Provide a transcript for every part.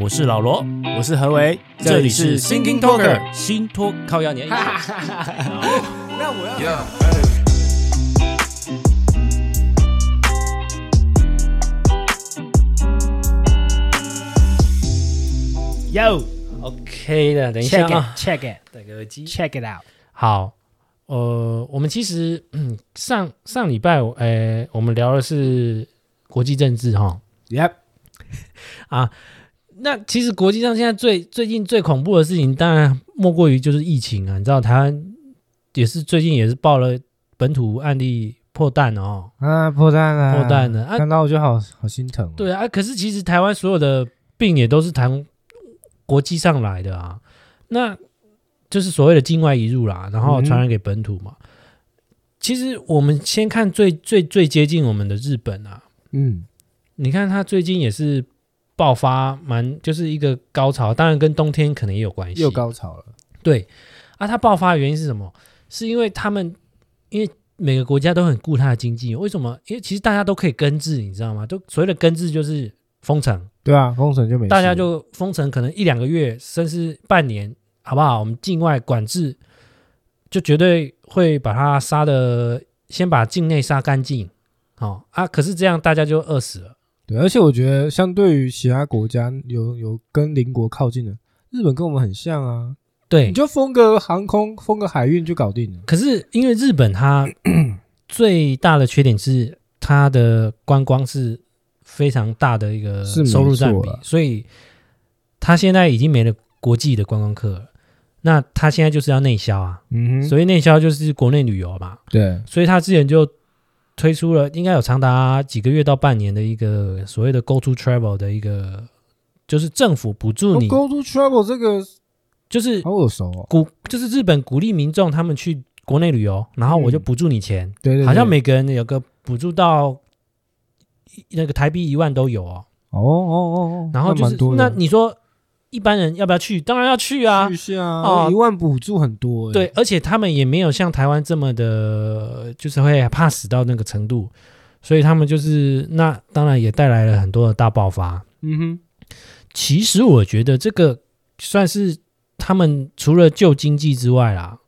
我是老罗，我是何为，这里是 Thinking Talker 新脱靠压年。那我要 Yeah. Yo OK 的，等一哎 check 下啊， it check it 戴个耳机。 check it out。好，呃，我们其实嗯上上礼拜，呃，我们聊的是国际政治哈。 Yep，那其实国际上现在最最近最恐怖的事情，当然莫过于就是疫情啊。你知道台湾也是最近也是爆了本土案例破蛋哦，啊破蛋了，破蛋了啊看到我就好好心疼哦。对啊，可是其实台湾所有的病也都是谈国际上来的啊，那就是所谓的境外移入啦，然后嗯传染给本土嘛。其实我们先看最最最接近我们的日本啊，嗯，你看它最近也是爆发蛮就是一个高潮，当然跟冬天可能也有关系。又高潮了。对啊，它爆发的原因是什么？是因为他们因为每个国家都很顾它的经济，为什么？因为其实大家都可以根治，你知道吗？都所谓的根治就是封城。对啊，封城就没事，大家就封城，可能一两个月，甚至半年，好不好？我们境外管制就绝对会把它杀的，先把境内杀干净，哦啊！可是这样大家就饿死了，对，而且我觉得相对于其他国家有有跟邻国靠近的，日本跟我们很像啊，对你。就封个航空，封个海运就搞定了。可是因为日本 它最大的缺点是它的观光是非常大的一个是没收入占比错啊，所以它现在已经没了国际的观光客了，那它现在就是要内销啊，嗯所以内销就是国内旅游嘛。对，所以他之前就推出了应该有长达几个月到半年的一个所谓的 Go to Travel 的一个，就是政府补助你，哦 Go to Travel 这个就是好耳熟哦，鼓就是日本鼓励民众他们去国内旅游，然后我就嗯补助你钱，对对对，好像每个人有个补助到一那个台币一万都有哦。哦哦哦哦，然后就蛮是多那的你说一般人要不要去？当然要去啊去。下哦啊，一万补助很多欸，对，而且他们也没有像台湾这么的，就是会怕死到那个程度，所以他们就是那当然也带来了很多的大爆发。嗯哼，其实我觉得这个算是他们除了救经济之外啦，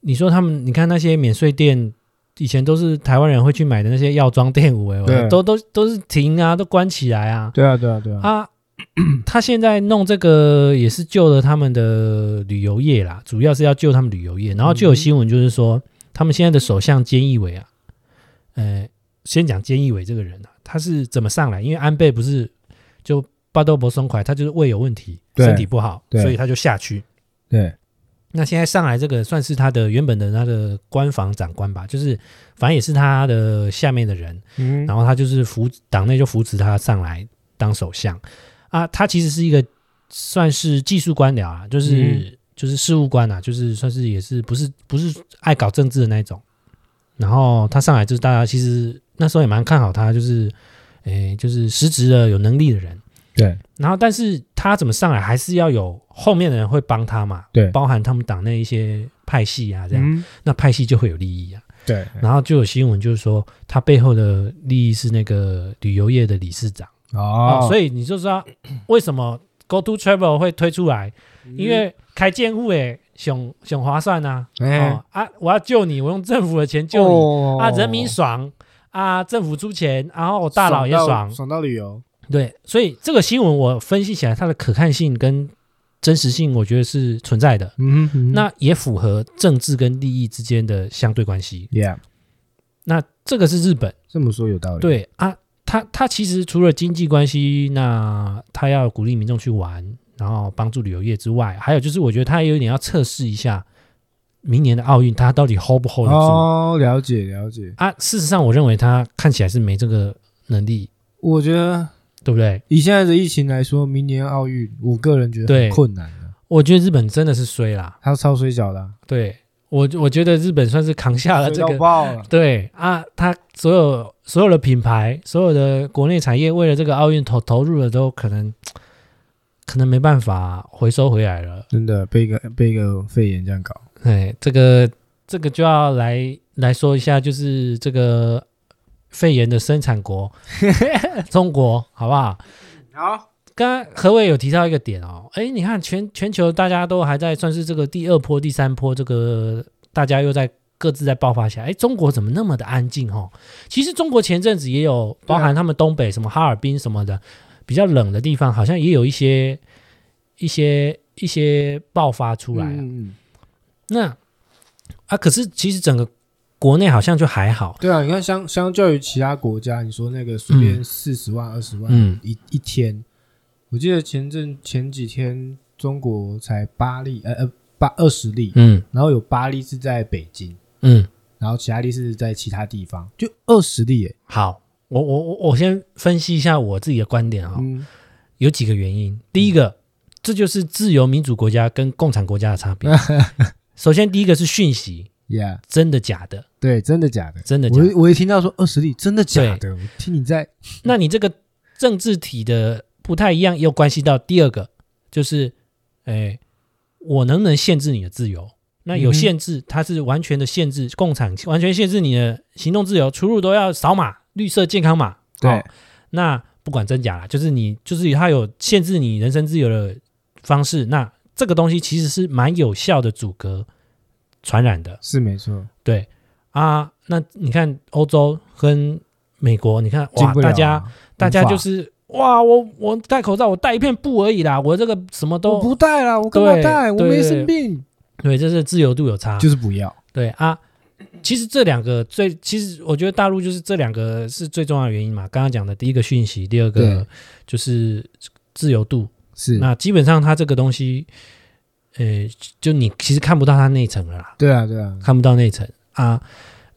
你说他们，你看那些免税店。以前都是台湾人会去买的那些药妆店，五哎，对都都都是停啊，都关起来啊。对啊对啊对啊，啊， 他现在弄这个也是救了他们的旅游业啦，主要是要救他们旅游嗯业。然后就有新闻就是说，他们现在的首相菅义伟啊，呃，先讲菅义伟这个人啊，他是怎么上来？因为安倍不是就巴豆博松快，他就是胃有问题，对身体不好，对所以他就下去。对，那现在上来这个算是他的原本的他的官房长官吧，就是反正也是他的下面的人。嗯然后他就是扶党内就扶持他上来当首相啊。他其实是一个算是技术官僚啊，就是、嗯就是事务官啊，就是算是也是不是不是爱搞政治的那一种。然后他上来就是大家其实那时候也蛮看好他，就是诶就是实职的有能力的人。对然后但是他怎么上来还是要有后面的人会帮他嘛，对，包含他们党内一些派系啊这样，嗯那派系就会有利益啊。对，然后就有新闻就是说，他背后的利益是那个旅游业的理事长啊、哦，所以以你就知道为什么 Go To Travel 会推出来，嗯因为开建户诶，想想划算呐、啊，哎哦啊，我要救你，我用政府的钱救你、哦啊，人民爽啊，政府出钱，然后我大佬也到爽，爽到旅游，对，所以这个新闻我分析起来，它的可看性跟真实性，我觉得是存在的，嗯哼那也符合政治跟利益之间的相对关系。 yeah，那这个是日本。这么说有道理，，对啊，他他其实除了经济关系，那他要鼓励民众去玩，然后帮助旅游业之外，还有就是我觉得他有一点要测试一下明年的奥运，他到底 hold 不 hold 得住、哦，了解了解，啊？事实上，我认为他看起来是没这个能力，我觉得对不对？以现在的疫情来说，明年奥运，我个人觉得对很困难的，我觉得日本真的是衰啦，他超水饺的啊，对我我觉得日本算是扛下了啊水这到个。爆了，对啊，他所有所有的品牌，所有的国内产业，为了这个奥运投投入的都可能，可能没办法回收回来了。真的被一个被一个肺炎这样搞，哎，这个这个就要来来说一下，就是这个肺炎的生产国中国，好不好？好，刚刚何伟有提到一个点哦，哎，你看全全球大家都还在算是这个第二波、第三波，这个大家又在各自在爆发起来。哎，中国怎么那么的安静哦？其实中国前阵子也有包含他们东北什么哈尔滨什么的比较冷的地方，好像也有一些一些一些爆发出来啊。嗯嗯嗯那啊，可是其实整个国内好像就还好，对啊，你看相相较于其他国家，你说那个随便四十万、二十万、嗯一一天，我记得前阵前几天中国才八例，呃呃八二十例，嗯然后有八例是在北京，嗯，然后其他例是在其他地方，就二十例耶。好，我我我我先分析一下我自己的观点啊哈、嗯，有几个原因。第一个，这就是自由民主国家跟共产国家的差别。首先，第一个是讯息， yeah，真的假的？对，真的假的？真的假我的？一我一听到说二十例，真的假的？我听你在那你这个政治体的不太一样，也有关系到第二个，就是，哎，我能不能限制你的自由？那有嗯哼限制，它是完全的限制，共产完全限制你的行动自由，出入都要扫码，绿色健康码。哦对，那不管真假啦，就是你就是它有限制你人身自由的方式，那这个东西其实是蛮有效的阻隔传染的，是没错，对啊。那你看欧洲跟美国，你看进哇，不了大啊家大家无法就是哇，我我戴口罩，我戴一片布而已啦，我这个什么我都不戴了，我干嘛对戴？我对没对生病，对，这是自由度有差，就是不要。对啊。其实这两个最，其实我觉得大陆就是这两个是最重要的原因嘛。刚刚讲的第一个讯息，第二个对就是自由度，是，那基本上它这个东西，呃，就你其实看不到它内层了啦，对啊，对啊。看不到内层啊。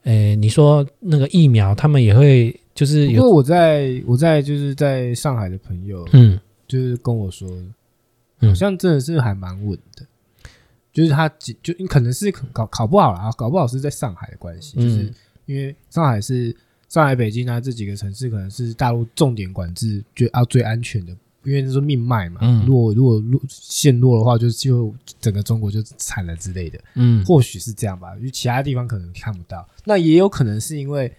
呃，你说那个疫苗，他们也会就是不有，过我在我在就是在上海的朋友，嗯就是跟我说，好嗯，像真的是还蛮稳的，就是他几就可能是考考不好啦，搞不好是在上海的关系，就是嗯因为上海是上海、北京啊这几个城市可能是大陆重点管制最啊最安全的，因为这是命脉嘛。嗯如果如果落陷落的话，就就整个中国就惨了之类的。嗯，或许是这样吧，因为其他地方可能看不到。那也有可能是因为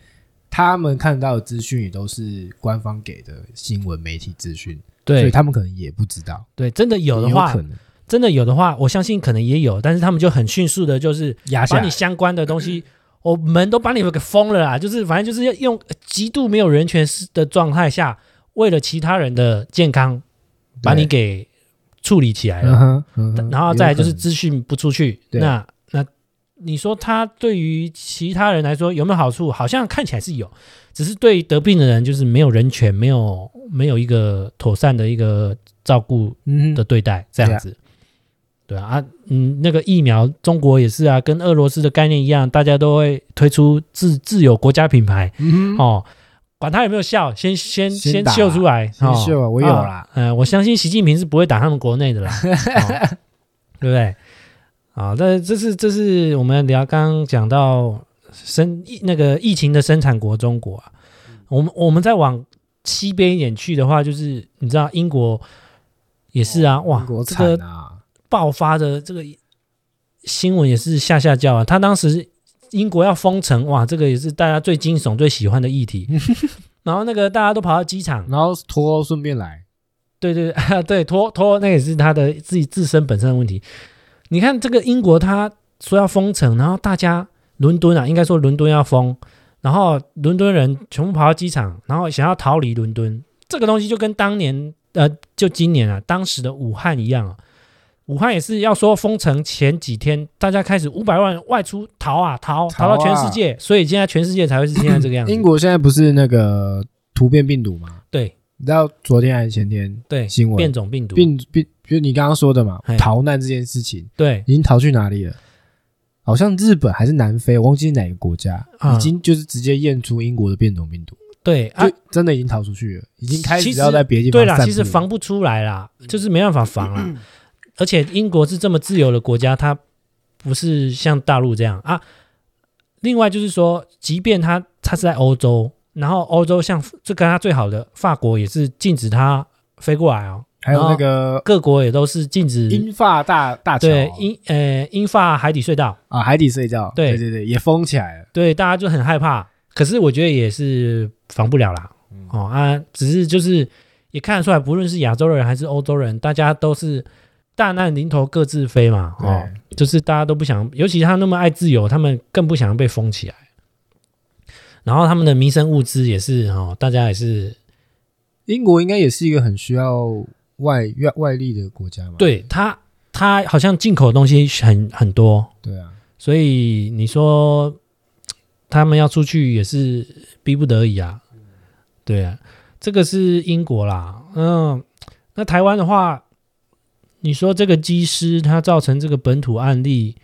他们看到的资讯也都是官方给的新闻媒体资讯，所以对他们可能也不知道。对，真的有的也话可，能真的有的话，我相信可能也有，但是他们就很迅速的，就是压把来你相关的东西。 我们都把你们给封了啦，就是反正就是要用极度没有人权的状态下，为了其他人的健康，把你对给处理起来了嗯。哼嗯哼然后再来就是也有可能资讯不出去，对那那你说他对于其他人来说有没有好处？好像看起来是有，只是对于得病的人就是没有人权，没有没有一个妥善的一个照顾嗯的哼对待，这样子。对啊，啊嗯，那个疫苗，中国也是啊，跟俄罗斯的概念一样，大家都会推出自自有国家品牌嗯哼，哦，管它有没有效，先先先先打秀出来，先哦秀啊我有啊啦嗯、我相信习近平是不会打他们国内 的啦，哦对不对？啊，但这是这是我们聊刚刚讲到生疫那个疫情的生产国中国啊，嗯我们我们再往西边一点去的话，就是你知道英国也是啊，哇哦英，国这惨个啊，爆发的这个新闻也是下下叫啊，他当时英国要封城，哇，这个也是大家最惊悚、最喜欢的议题。然后那个大家都跑到机场，然后脱欧顺便来，对对 对对，脱脱欧那也是他的自己自身本身的问题。你看这个英国，他说要封城，然后大家伦敦啊，应该说伦敦要封，然后伦敦人全部跑到机场，然后想要逃离伦敦，这个东西就跟当年呃，就今年啊，当时的武汉一样啊。武汉也是要说封城前几天，大家开始五百万外出逃啊逃，逃逃啊到全世界，所以现在全世界才会是现在这个样子。 英国现在不是那个突变病毒吗？对你知道昨天还是前天对，新闻变种病毒，病病，就你刚刚说的嘛嘿，逃难这件事情。对已经逃去哪里了？好像日本还是南非，我忘记哪个国家，啊已经就是直接验出英国的变种病毒，对啊就，真的已经逃出去了，已经开始其实要在别的地对方啦，散其实布了防不出来啦，就是没办法防啦。而且英国是这么自由的国家，它不是像大陆这样啊。另外就是说，即便它它是在欧洲，然后欧洲像这跟它最好的法国也是禁止它飞过来哦，还有那个各国也都是禁止英法大大桥对英呃英法海底隧道，啊海底隧道，对对对对，也封起来了。对大家就很害怕。可是我觉得也是防不了啦，哦啊，只是就是也看得出来，不论是亚洲人还是欧洲人，大家都是大难临头各自飞嘛，哦，就是大家都不想，尤其他那么爱自由，他们更不想被封起来。然后他们的民生物资也是哦，大家也是英国应该也是一个很需要外外外力的国家嘛。对他，他好像进口的东西很很多，对啊，所以你说他们要出去也是逼不得已啊。对啊，这个是英国啦。嗯，那台湾的话，你说这个机师他造成这个本土案例，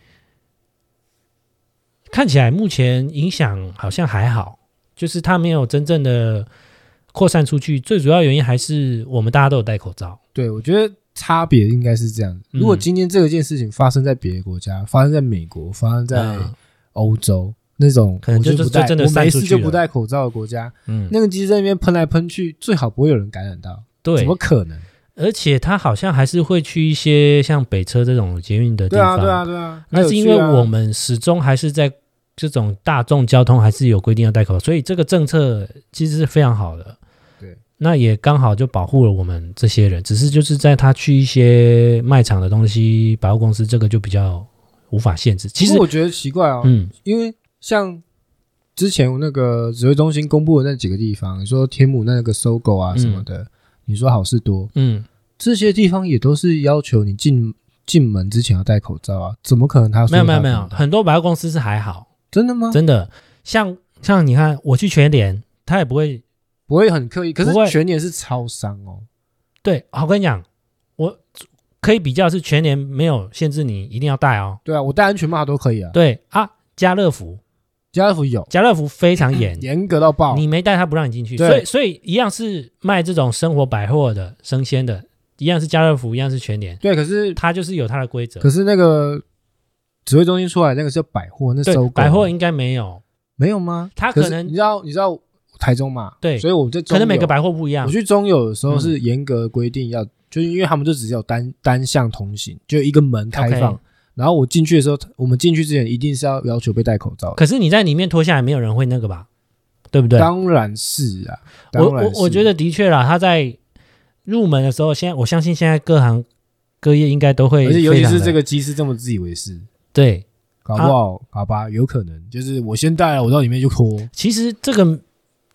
看起来目前影响好像还好，就是它没有真正的扩散出去。最主要原因还是我们大家都有戴口罩。对，我觉得差别应该是这样。嗯如果今天这件事情发生在别的国家，发生在美国，发生在嗯欧洲。那种可能就我不就戴，真的我散没出事去就不了戴口罩的国家，嗯，那个机在那边喷来喷去，最好不会有人感染到，对怎么，可能？而且他好像还是会去一些像北车这种捷运的地对啊，方。对啊，对啊。还那是有去因为啊我们始终还是在这种大众交通还是有规定要戴口罩，所以这个政策其实是非常好的。对，那也刚好就保护了我们这些人，只是就是在他去一些卖场的东西、百货公司，这个就比较无法限制。其不实过，我觉得奇怪哦，嗯，因为像之前那个指挥中心公布的那几个地方，你说天母那个搜狗啊嗯什么的，你说好事多嗯，这些地方也都是要求你进进门之前要戴口罩啊，怎么可能他说没有没有他没不有，戴很多百货公司是还好，真的吗？真的，像像你看，我去全联，他也不会不会很刻意，可不会是全年是超商哦，对。好我跟你讲，我可以比较是全联没有限制你一定要戴哦。对啊，我戴安全帽都可以啊，对啊，家乐福，家乐福有家乐福非常严，严格到爆，你没带他不让你进去。对所以所以一样是卖这种生活百货的、生鲜的，一样是家乐福，一样是全联，对，可是它就是有它的规则可。是那个指挥中心出来那个叫百货，那搜对，狗啊百货应该没有，没有吗？它可可是能你知道你知道台中嘛？对所以我在中可能每友个百货不一样我。去中友的时候嗯是严格规定要，就是因为他们就只有单单向通行，就一个门开放。 OK 然后我进去的时候，我们进去之前一定是要要求被戴口罩的。可是你在里面脱下来，没有人会那个吧？对不对？当然是啊，我当然我是我觉得的确啦，他在入门的时候，现在我相信现在各行各业应该都会而且尤非其常的，是这个机师这么自以为是，对，搞不好、好吧，有可能就是我先戴了，我到里面就脱。其实这个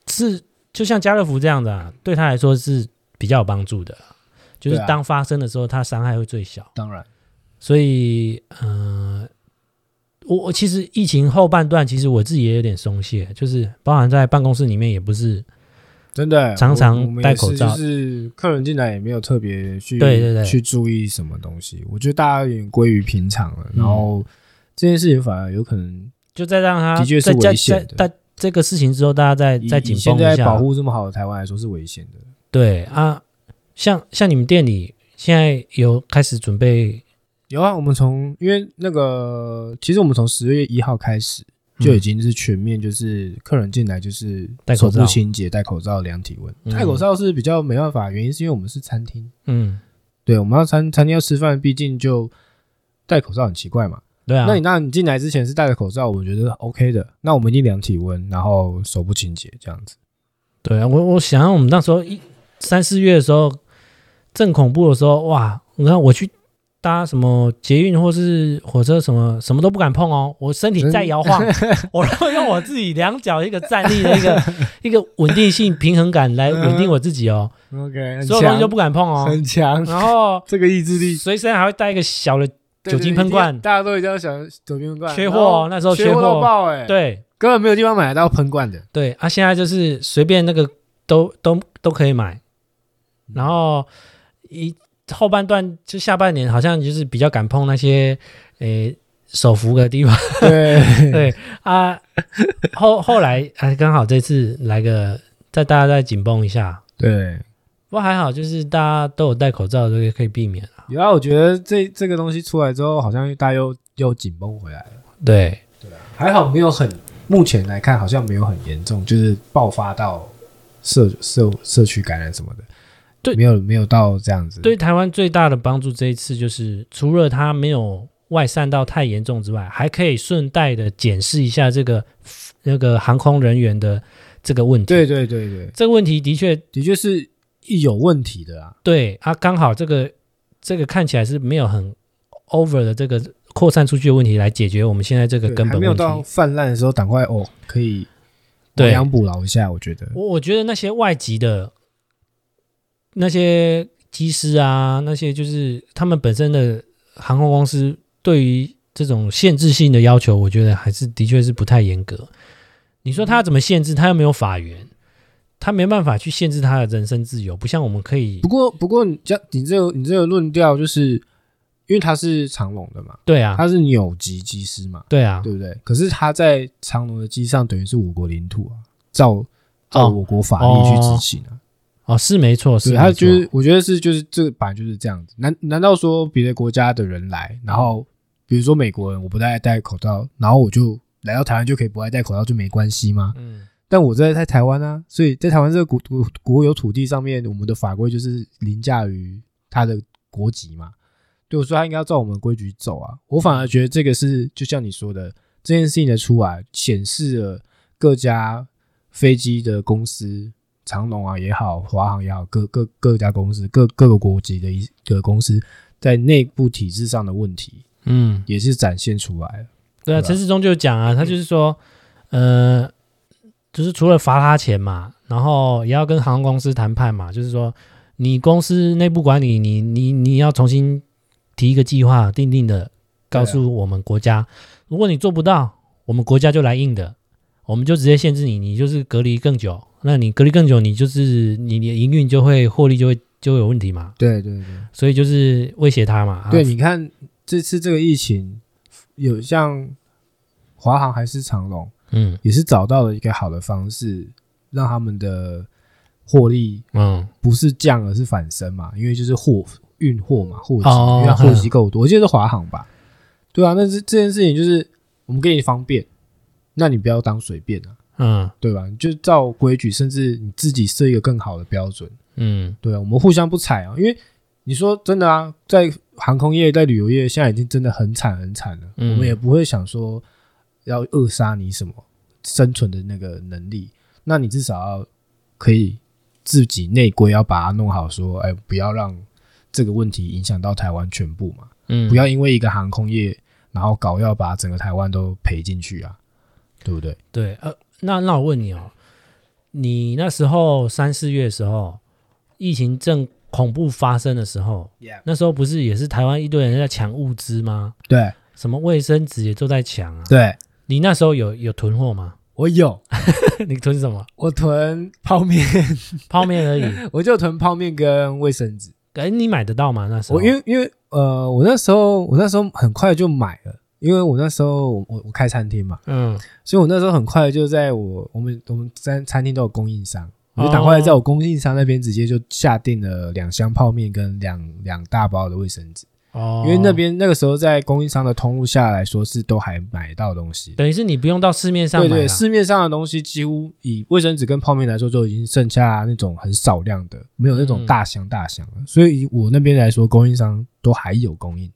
是就像家乐福这样的、啊，对他来说是比较有帮助的，就是对啊当发生的时候，他伤害会最小。当然，所以，呃，我我其实疫情后半段，其实我自己也有点松懈，就是包含在办公室里面也不是，真的常常我我们也戴口罩是就是客人进来也没有特别去对对对去注意什么东西，我觉得大家有点归于平常了。嗯然后这件事情反而有可能就在让他的确是在在危险在的在这个事情之后，大家再以再以紧现绷在一保下。啊护这么好的台湾来说是危险的。对啊，像像你们店里现在有开始准备，有啊，我们从因为那个，其实我们从十月一号开始嗯就已经是全面，就是客人进来就是戴口手罩部清洁、戴口罩、量体温。嗯戴口罩是比较没办法，原因是因为我们是餐厅，嗯，对，我们要餐餐厅要吃饭，毕竟就戴口罩很奇怪嘛。对啊，那你那你进来之前是戴着口罩，我觉得 OK 的。那我们一定量体温，然后手部清洁这样子。对啊，我我想我们那时候一三四月的时候，正恐怖的时候，哇！你看我去搭什么捷运或是火车，什么什么都不敢碰哦，我身体在摇 晃，我然后用我自己两脚一个站立的一个 一个稳定性平衡感来稳定我自己哦， OK，所有东西都不敢碰哦，很强，然后这个意志力随身还会带一个小的对酒对精一喷定罐大家都一定要想酒精喷罐，缺然货后哦，那时候缺缺货到货，爆哎、，对根本没有地方买得到喷罐的。对啊，现在就是随便那个都都都可以买，然后一后半段就下半年好像就是比较敢碰那些诶、手扶的地方 对，对啊，后后来啊刚好这次来个再大家再紧绷一下，对，不过还好就是大家都有戴口罩，这个可以避免啊。然后我觉得这这个东西出来之后，好像大家又又紧绷回来了，对，还好没有很，目前来看好像没有很严重，就是爆发到社社社区感染什么的，对没有没有到这样子，对台湾最大的帮助这一次就是除了它没有外散到太严重之外，还可以顺带的检视一下这个那个航空人员的这个问题。对对对对，这个问题的确的确是有问题的啊。对啊，刚好这个这个看起来是没有很 over 的这个扩散出去的问题来解决我们现在这个对根还本没有问题。到泛滥的时候，赶快哦，可以对亡羊补牢一下，我觉得。我我觉得那些外籍的那些机师啊，那些就是他们本身的航空公司对于这种限制性的要求，我觉得还是的确是不太严格。你说他要怎么限制？他又没有法源，他没办法去限制他的人身自由，不像我们可以不。过，不过你这你这个你这个论调，就是因为他是长龙的嘛，对啊，他是纽籍机师嘛，对啊，对不对？可是他在长龙的机上，等于是我国领土啊，照照哦我国法律去执行啊。哦，是没错，是对，没他错就是我觉得是就是这个版就是这样子。难难道说别的国家的人来，然后比如说美国人，我不太爱戴口罩，然后我就来到台湾就可以不爱戴口罩就没关系吗？嗯，但我在在台湾啊，所以在台湾这个国国国有土地上面，我们的法规就是凌驾于他的国籍嘛。对，我说他应该要照我们规矩走啊。我反而觉得这个是就像你说的，这件事情的出来，显示了各家飞机的公司，长龙啊也好，华航也好，各各各家公司，各各个国籍的一个公司在内部体制上的问题，嗯，也是展现出来了。对啊，对吧嗯陈世忠就讲啊，他就是说，呃，就是除了罚他钱嘛，然后也要跟航空公司谈判嘛，就是说你公司内部管理，你你你要重新提一个计划，定定的告诉我们国家，啊如果你做不到，我们国家就来硬的，我们就直接限制你，你就是隔离更久，那你隔离更久，你就是你你的营运就会获利就会就会有问题嘛，对对对。所以就是威胁他嘛，啊对，你看这次这个疫情，有像华航还是长龙，嗯也是找到了一个好的方式，让他们的获利嗯不是降而是反升嘛，因为就是货运货嘛，货机，哦因为它货机够多，我记得是华航吧？对啊，那这这件事情就是我们给你方便，那你不要当随便啊，嗯对吧？你就照规矩，甚至你自己设一个更好的标准。嗯，对啊，我们互相不踩啊，因为你说真的啊，在航空业、在旅游业，现在已经真的很惨很惨了。嗯我们也不会想说要扼杀你什么生存的那个能力，那你至少要可以自己内规要把它弄好说，哎，不要让这个问题影响到台湾全部嘛，嗯不要因为一个航空业，然后搞要把整个台湾都赔进去啊，对不对？对，呃，那那我问你哦，你那时候三四月的时候，疫情正恐怖发生的时候，那时候不是也是台湾一堆人在抢物资吗？对什么卫生纸也都在抢啊。对，你那时候有有囤货吗？ 我有，你囤什么？我囤泡面，泡面而已。我就囤泡面跟卫生纸。哎，你买得到吗？那时候我因为因为呃，我那时候我那时候很快就买了，因为我那时候我我我开餐厅嘛，嗯所以我那时候很快就在我我们我们餐餐厅都有供应商，我就哦赶快在我供应商那边直接就下定了两箱泡面跟两两大包的卫生纸，哦，因为那边那个时候在供应商的通路下来说是都还买得到东西。等于是你不用到市面上买对啦对，市面上的东西几乎以卫生纸跟泡面来说，就已经剩下那种很少量的，没有那种嗯大箱大箱了。所以以我那边来说，供应商都还有供应，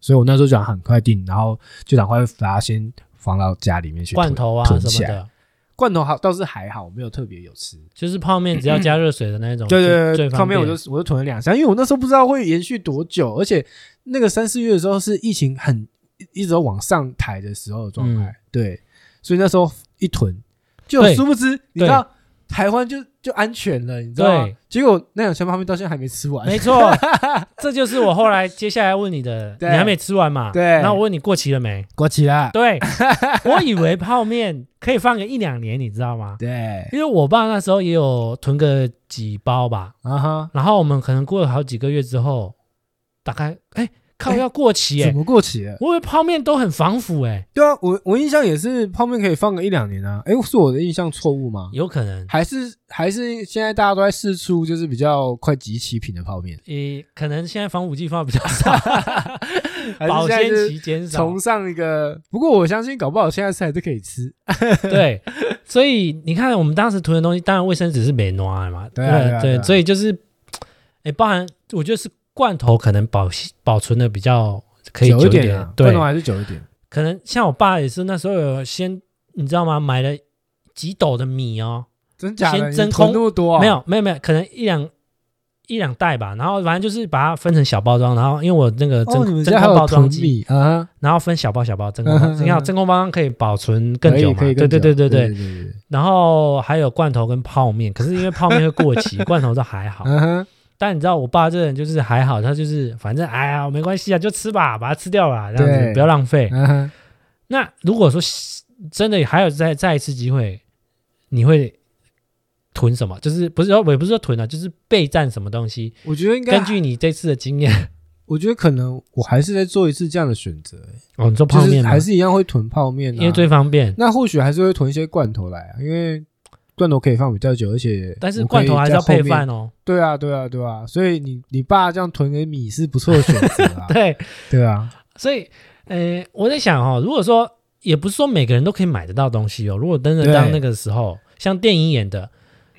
所以我那时候就想很快订，然后就赶快把它先放到家里面去囤。罐头啊囤什起么来的，罐头好倒是还好，没有特别有吃。就是泡面只要加热水的那种。对对最对，最方泡面我便就我就囤了两箱，因为我那时候不知道会延续多久，而且那个三四月的时候是疫情很一一直往上抬的时候的状态，嗯对，所以那时候一囤，就对殊不知你知道台湾就就安全了，你知道吗对？结果那两箱泡面到现在还没吃 完，没错，这就是我后来接下来问你的，你 对还没吃完嘛？对然后我问你过期了没？过期啦， 对，我以为泡面可以放个一两年，你知道吗？对，因为我爸那时候也有囤个几包吧，啊哈，然后我们可能过了好几个月之后，打开，哎，靠，哎要过期怎 哎！么过期了？我以为泡面都很防腐哎，对啊，我我印象也是泡面可以放个一两年啊，哎，是我的印象错误吗？有可能，还是还是现在大家都在试出就是比较快集齐品的泡面，也可能现在防腐剂放的比较少， 还是保现在鲜就是期减少崇。尚一个，不过我相信搞不好现在吃还是可以吃。 对，所以你看，我们当时囤的东西，当然卫生纸是没拿的嘛，对啊呃对啊对啊所以就是，哎，包含我觉得是罐头可能保保存的比较可以久久一点，啊，对罐头，还是久一点。可能像我爸也是那时候有先，你知道吗？买了几斗的米哦，真假的？先你真囤空那么多啊？没有没有没有，可能一两一两袋吧，然后反正就是把它分成小包装，然后因为我那个真、哦，你们真家还空包有装囤机，米啊？然后分小包小包真 空包，嗯嗯嗯你看真空包装可以保存更可以久嘛？可以对更对对久对对对。对对，然后还有罐头跟泡面，可是因为泡面会过 期，罐头都还好。嗯哼，但你知道我爸这人就是还好，他就是反正哎呀没关系啊，就吃吧，把它吃掉吧，这样子对不要浪费。嗯哼，那如果说真的还有再再一次机会，你会囤什么？就是不是说我也不是说囤啊，就是备战什么东西？我觉得应该根，据你这次的经 验，我觉得可能我还是再做一次这样的选择，哦，你说就泡是面吗还是一样会囤泡面啊，因为最方便，那或许还是会囤一些罐头来啊，因为罐头可以放比较久，而且但是我可罐头以还是在要后配面饭哦。。对啊，对啊，对啊，所以你你爸这样囤给米是不错的选择啊 对，对啊，所以呃，我在想哦，如果说也不是说每个人都可以买得到东西哦，如果真的对当那个时候像电影演的，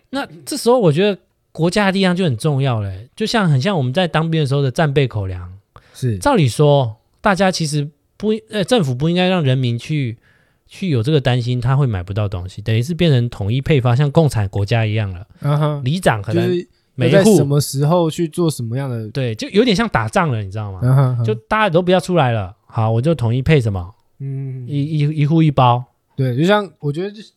那这时候我觉得国家的力量就很重要嘞，就像很像我们在当兵的时候的战备口粮。是照理说，大家其实不应，呃，政府不应该让人民去去有这个担心，他会买不到东西，等于是变成统一配发，像共产国家一样了。嗯哼，里长可就能是每一在户、什么时候去做什么样的，对，就有点像打仗了，你知道吗？嗯哼哼，啊就大家都不要出来了，好，我就统一配什么嗯，一一一户一包对，就像我觉得就是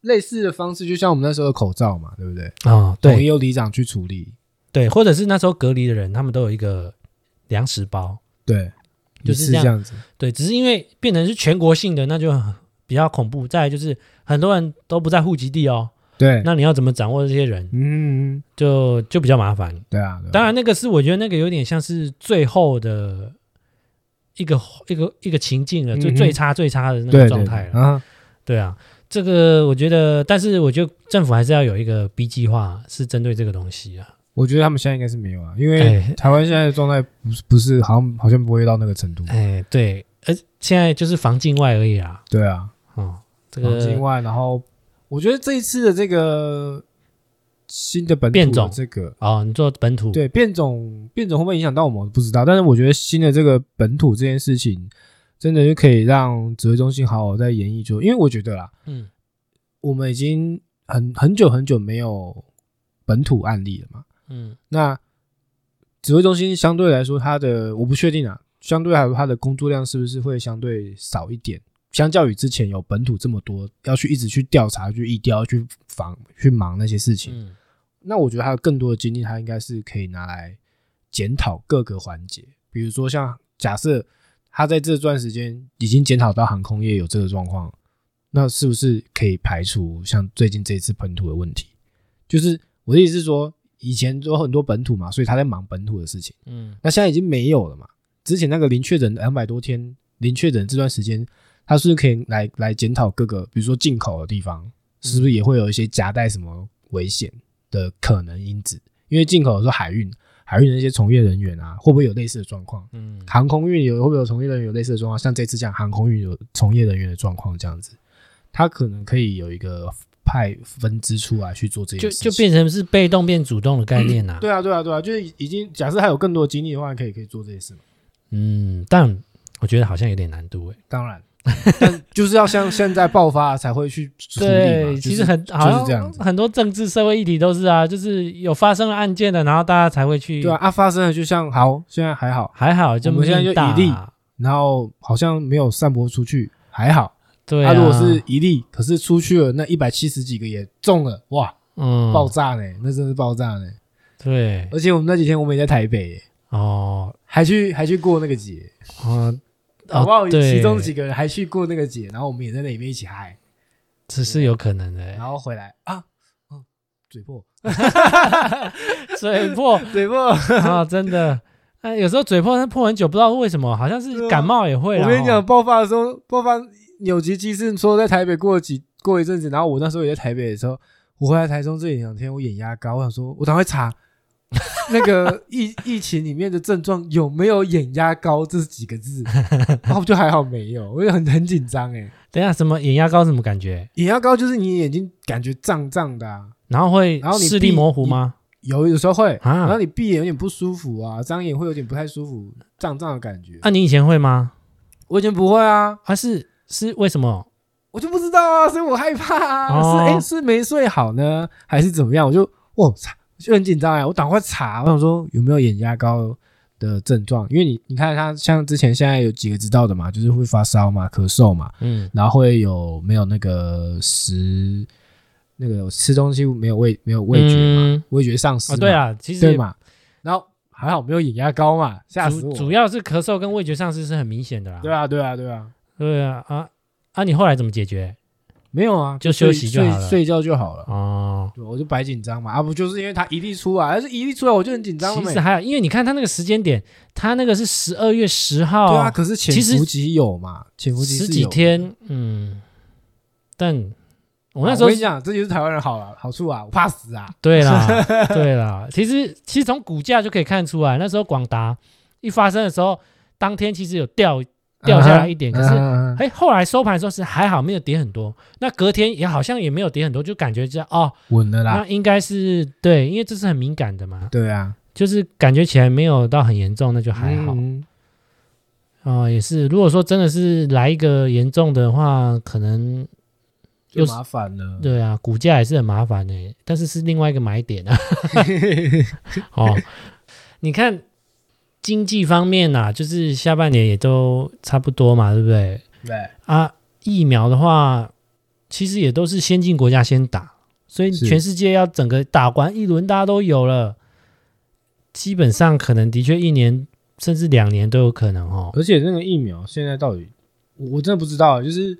类似的方式，就像我们那时候的口罩嘛，对不对？啊、哦统一对由里长去处理，对，或者是那时候隔离的人，他们都有一个粮食包，对，就是是这样样子，对，只是因为变成是全国性的，那就很比较恐怖。再来就是很多人都不在户籍地哦，对，那你要怎么掌握这些人？嗯，就就比较麻烦。对啊，对啊当然，那个是我觉得那个有点像是最后的一个一个一个情境了，嗯哼就最差最差的那对个对状态对了。啊，对啊，这个我觉得，但是我觉得政府还是要有一个 B 计划，是针对这个东西啊。我觉得他们现在应该是没有啊，因为哎台湾现在的状态不是不是好像好像不会到那个程度，哎，对，呃，现在就是防境外而已啦。对啊，哦，这黄金个外，然后我觉得这一次的这个新的本土变种的这个哦，你做本土对变种变种会不会影响到我们我不知道，但是我觉得新的这个本土这件事情，真的就可以让指挥中心好好在演绎就，因为我觉得啦，嗯，我们已经很很久很久没有本土案例了嘛，嗯那指挥中心相对来说，它的我不确定啊，相对来说它的工作量是不是会相对少一点？相较于之前有本土这么多，要去一直去调查、去疫调、去防、去忙那些事情，嗯，那我觉得还有更多的精力，它应该是可以拿来检讨各个环节，比如说像假设他在这段时间已经检讨到航空业有这个状况，那是不是可以排除像最近这一次本土的问题？就是我的意思是说，以前有很多本土嘛，所以他在忙本土的事情，嗯那现在已经没有了嘛。之前那个零确诊两百多天，零确诊这段时间，他是不是可以来来检讨各个，比如说进口的地方，是不是也会有一些夹带什么危险的可能因子？因为进口的时候海运，海运的那些从业人员啊，会不会有类似的状况？嗯，航空运有会不会有从业人员有类似的状况？像这次讲航空运有从业人员的状况这样子，他可能可以有一个派分支出来去做这就件事情。就变成是被动变主动的概念呐、啊。对啊，对啊，对啊，就是已经假设他有更多的精力的话，可以可以做这些事嘛。嗯，但我觉得好像有点难度哎。当然， 但就是要像现在爆发才会去处理嘛。对，就是其实很就好是像这样子，很多政治社会议题都是啊，就是有发生了案件的，然后大家才会去。对啊，，啊发生了就像好，现在还好，还好就我们现在就命大啊一例然后好像没有散播出去，还好。对他、啊，如果是一例，可是出去了那一百七十几个也中了，哇，嗯爆炸呢，那真是爆炸呢。对而且我们那几天我们也在台北耶，哦，还去还去过那个节，嗯，好不好？哦对其中几个人还去过那个节，然后我们也在那里面一起嗨，这是有可能的然欸。后回来啊，嗯，嘴破，嘴破嘴破。 啊，真的，哎，有时候嘴破，它破很久，不知道为什么，好像是对啊感冒也会啦。我跟你哦讲，，爆发的时候，爆发纽吉基是说在台北过了几过一阵子，然后我那时候也在台北的时候，我回来台中这两天，我眼压高，我想说，我赶快查那个 疫疫情里面的症状有没有眼压高这几个字，然后就还好没有，我就很很紧张哎，等一下什么眼压高什么感觉？眼压高就是你眼睛感觉胀胀的、啊，然后会然后你视力闭模糊吗？有有时候会，啊然后你闭眼有点不舒服啊，张眼会有点不太舒服，胀胀的感觉。啊，你以前会吗？我以前不会啊，啊，是是为什么？我就不知道啊，所以我害怕啊，哦是哎、诶是没睡好呢，还是怎么样？我就我操，就很紧张哎，我赶快查，我想说有没有眼压高的症状，因为你你看他像之前现在有几个知道的嘛，就是会发烧嘛、咳嗽嘛，嗯，然后会有没有那个食那个吃东西没有味没有味觉嘛，嗯味觉丧失、啊，对，啊，其实对嘛，然后还好没有眼压高嘛，吓死主我，主要是咳嗽跟味觉丧失是很明显的啦。对啊对啊对啊，对啊，啊啊！你后来怎么解决？没有啊，就休睡息就好了睡睡觉就好了。哦，对，我就白紧张嘛，啊不就是因为他一粒出来，但是一粒出来我就很紧张了其嘛。实还好，因为你看他那个时间点，他那个是十二月十号，对啊，可是潜其实伏期有嘛？潜伏期十是几有的。啊天，嗯，但我那时啊候跟你讲，这就是台湾人好了好处啊，我怕死啊。对 啦，对啦，其实其实从股价就可以看出来，那时候广达一发生的时候，当天其实有掉，掉下来一啊点可嗯是是哎，后来收盘的时候是还好没有跌很多，那隔天也好像也没有跌很多，就感觉这样哦，稳了啦。那应该是对，因为这是很敏感的嘛，对啊，就是感觉起来没有到很严重，那就还好。嗯哦，也是。如果说真的是来一个严重的话，可能就麻烦了。对啊，股价也是很麻烦的、欸但是是另外一个买点 啊。哦，你看经济方面呐、就是下半年也都差不多嘛，对不对？对，啊，疫苗的话，其实也都是先进国家先打，所以是全世界要整个打完一轮，大家都有了，基本上可能的确一年甚至两年都有可能哦。而且那个疫苗现在到底，我我真的不知道，就是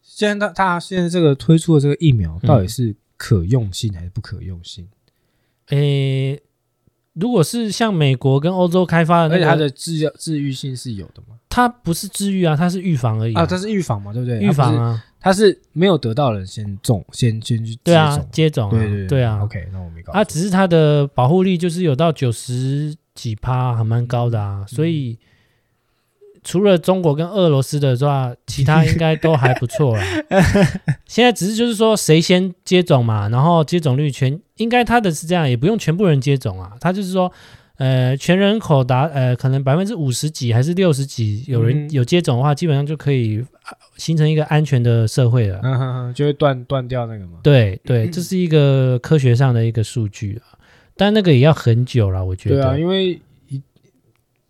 现在它它现在这个推出的这个疫嗯苗到底是可用性还是不可用性？诶，如果是像美国跟欧洲开发的、啊那而且个，它的治疗治愈性是有的嘛？它不是治愈啊，它是预防而已啊，它是预防嘛，对不对？预防啊，啊，它是没有得到的人先中，先先去对接啊种，接种啊，对对啊。 OK，那我没搞啊，错。只是它的保护力就是有到九十几趴，还蛮高的嗯啊。所以除了中国跟俄罗斯的话，其他应该都还不错 啦。现在只是就是说谁先接种嘛，然后接种率全应该它的是这样，也不用全部人接种啊。它就是说，呃，全人口达呃可能百分之五十几还是六十几有人嗯有接种的话，基本上就可以呃形成一个安全的社会了。嗯哼哼，就会断断掉那个嘛。对对，嗯这是一个科学上的一个数据啊，但那个也要很久了，我觉对得。啊，因为一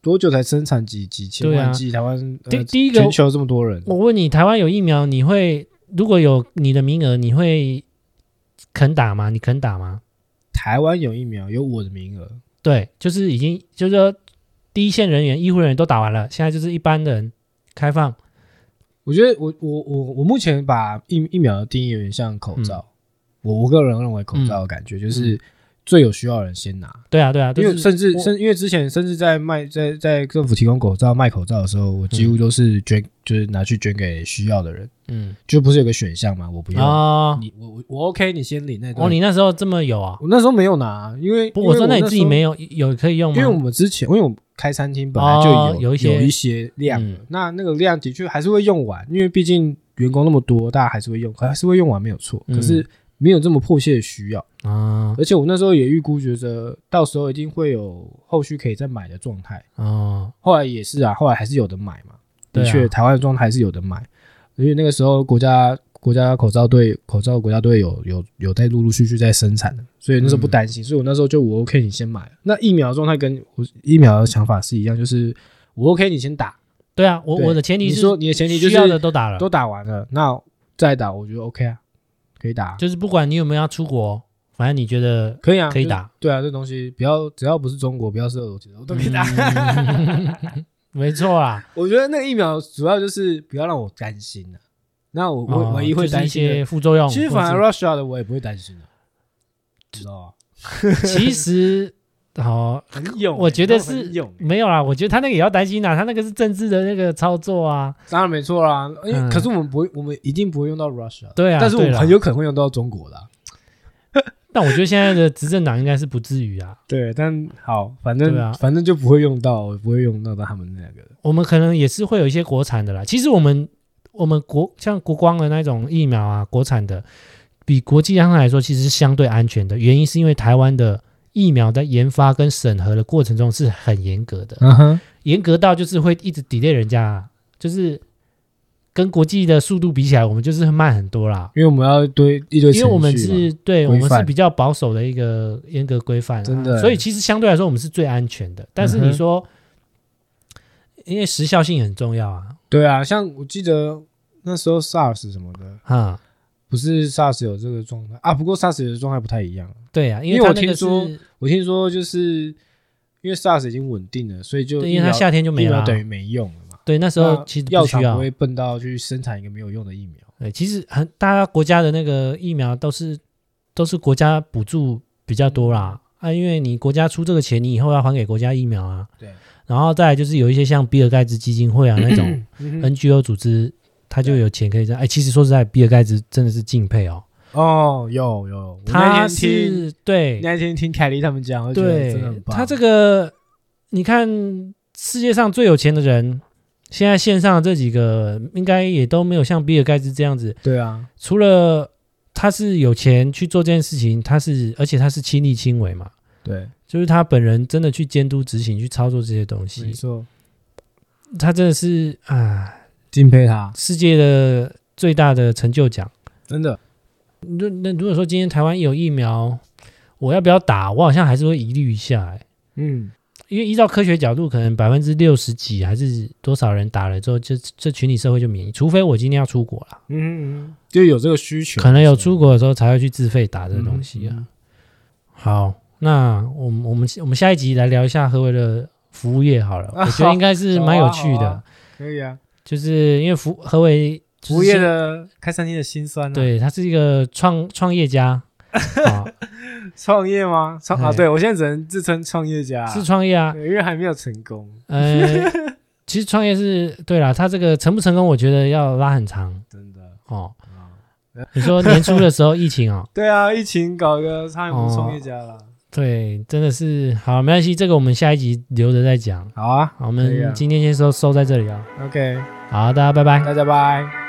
多久才生产几几千对啊万剂？台湾呃第第一个全球这么多人，我问你，台湾有疫苗，你会如果有你的名额，你会肯打吗？你肯打吗？台湾有疫苗，有我的名额，对，就是已经就是说第一线人员、医护人员都打完了，现在就是一般人开放。我觉得我我我我目前把疫疫苗的定义有点像口嗯罩，我我个人认为口罩的感觉就是最有需要的人先拿，对啊，对啊，就因为是甚至我甚因为之前甚至在卖在在政府提供口罩卖口罩的时候，我几乎都是捐、就是拿去捐给需要的人，嗯就不是有个选项嘛，我不要，啊，你我我我 OK，你先领那段，哦，你那时候这么有啊？我那时候没有拿，因为不，因为我我说那你自己没有，有有可以用因吗？为我们之前因为我们开餐厅本来就有、哦有一些有一些量了嗯那那个量的确还是会用完，因为毕竟员工那么多，大家还是会用，还是会用完没有错，嗯可是没有这么迫切的需要，啊而且我那时候也预估觉得到时候一定会有后续可以再买的状态，哦，后来也是啊，后来还是有的买嘛，对的啊确、台湾的状态还是有的买，因为那个时候国家。国家口罩队，口罩国家队有有有在陆陆续续在生产的，所以那时候不担嗯心，所以我那时候就我 OK 你先买。那疫苗的状态跟我疫苗的想法是一样，就是我 OK 你先打，对啊，我对我的前提你是说你的前提就需要的是都打了，都打完了，那再打我觉得 OK 啊，可以打，就是不管你有没有要出国，反正你觉得可以啊，嗯可以就是打，对啊，这东西不要只要不是中国，不要是俄罗斯，我都可以打。嗯没错啦， 我觉得那个疫苗主要就是不要让我担心了、啊。那我我哦唯一会就是担一心的些副作用。其实反而或 Russia 的我也不会担心的、知道吗？是其实好，很勇欸，我觉得他们是很勇欸，没有啦。我觉得他那个也要担心啦，他那个是政治的那个操作啊。当然没错啦。因嗯为可是我们不会，我们一定不会用到 Russia，对啊，但是我对们啦很有可能会用到中国啦。但我觉得现在的执政党应该是不至于啊。对，但好，反对啊正反正就不会用到，不会用到他们那个。我们可能也是会有一些国产的啦。其实我们我们国像国光的那种疫苗啊，国产的比国际上来说其实是相对安全的，原因是因为台湾的疫苗在研发跟审核的过程中是很严格的。嗯哼，严格到就是会一直 delay 人家啊，就是跟国际的速度比起来，我们就是慢很多啦。因为我们要堆一堆程序因嘛，为我们是对我规们是范比较保守的一个严格规范啊、真的所以其实相对来说我们是最安全的。但是你嗯哼说，因为时效性很重要啊，对啊，像我记得那时候 SARS 什么的，哈、不是 SARS 有这个状态啊，不过 SARS 的状态不太一样。对啊，因因为为它我那个听说是我听说就是因为 SARS 已经稳定了，所以就对，因为它疫苗夏天就没疫了苗啊、等于没用了嘛。对，那时候其实药不厂需不要会。笨到去生产一个没有用的疫苗。对，其实很大家国家的那个疫苗都是都是国家补助比较多啦。嗯啊，因为你国家出这个钱，你以后要还给国家疫苗啊。对，然后再来就是有一些像比尔盖茨基金 会啊那种嗯 NGO 组织，他就有钱可以这样。哎，其实说实在，比尔盖茨真的是敬佩哦，哦，有有，我那他天听是对那天听凯莉他们讲，我就觉得真的对很，棒。他这个你看世界上最有钱的人，现在线上的这几个应该也都没有像比尔盖茨这样子，对啊，除了他是有钱去做这件事情，他是而且他是亲力亲为嘛，对，就是他本人真的去监督执行去操作这些东没西，错，他真的是啊。敬佩他，世界的最大的成就奖。真的。那那如果说今天台湾有疫苗，我要不要打？我好像还是会疑虑一下、欸，嗯，因为依照科学角度，可能百分之六十几还是多少人打了之后，这这群体社会就免疫，除非我今天要出国啦，嗯嗯，就有这个需求，可能有出国的时候才会去自费打这个嗯东西啊。嗯好，那我们我们我们下一集来聊一下何为的服务业 好了，啊我觉得应该是蛮有趣好的，啊好啊可以啊。就是因为服何为服务业的开餐厅的辛酸、啊，，对，他是一个创创业 家，啊，创业吗？创啊，哎对我现在只能自称创业家啊，是创业啊，对因为还没有成功， 呃，其实创业是对啦，他这个成不成功，我觉得要拉很长真的哦。啊。你说年初的时候疫情哦， 对啊，疫情搞个差点不是创业家了。对，真的是好，没关系，这个我们下一集留着再讲。好啊好，我可以们啊今天先收收在这里啊， ，OK，好，大家拜拜。大家拜。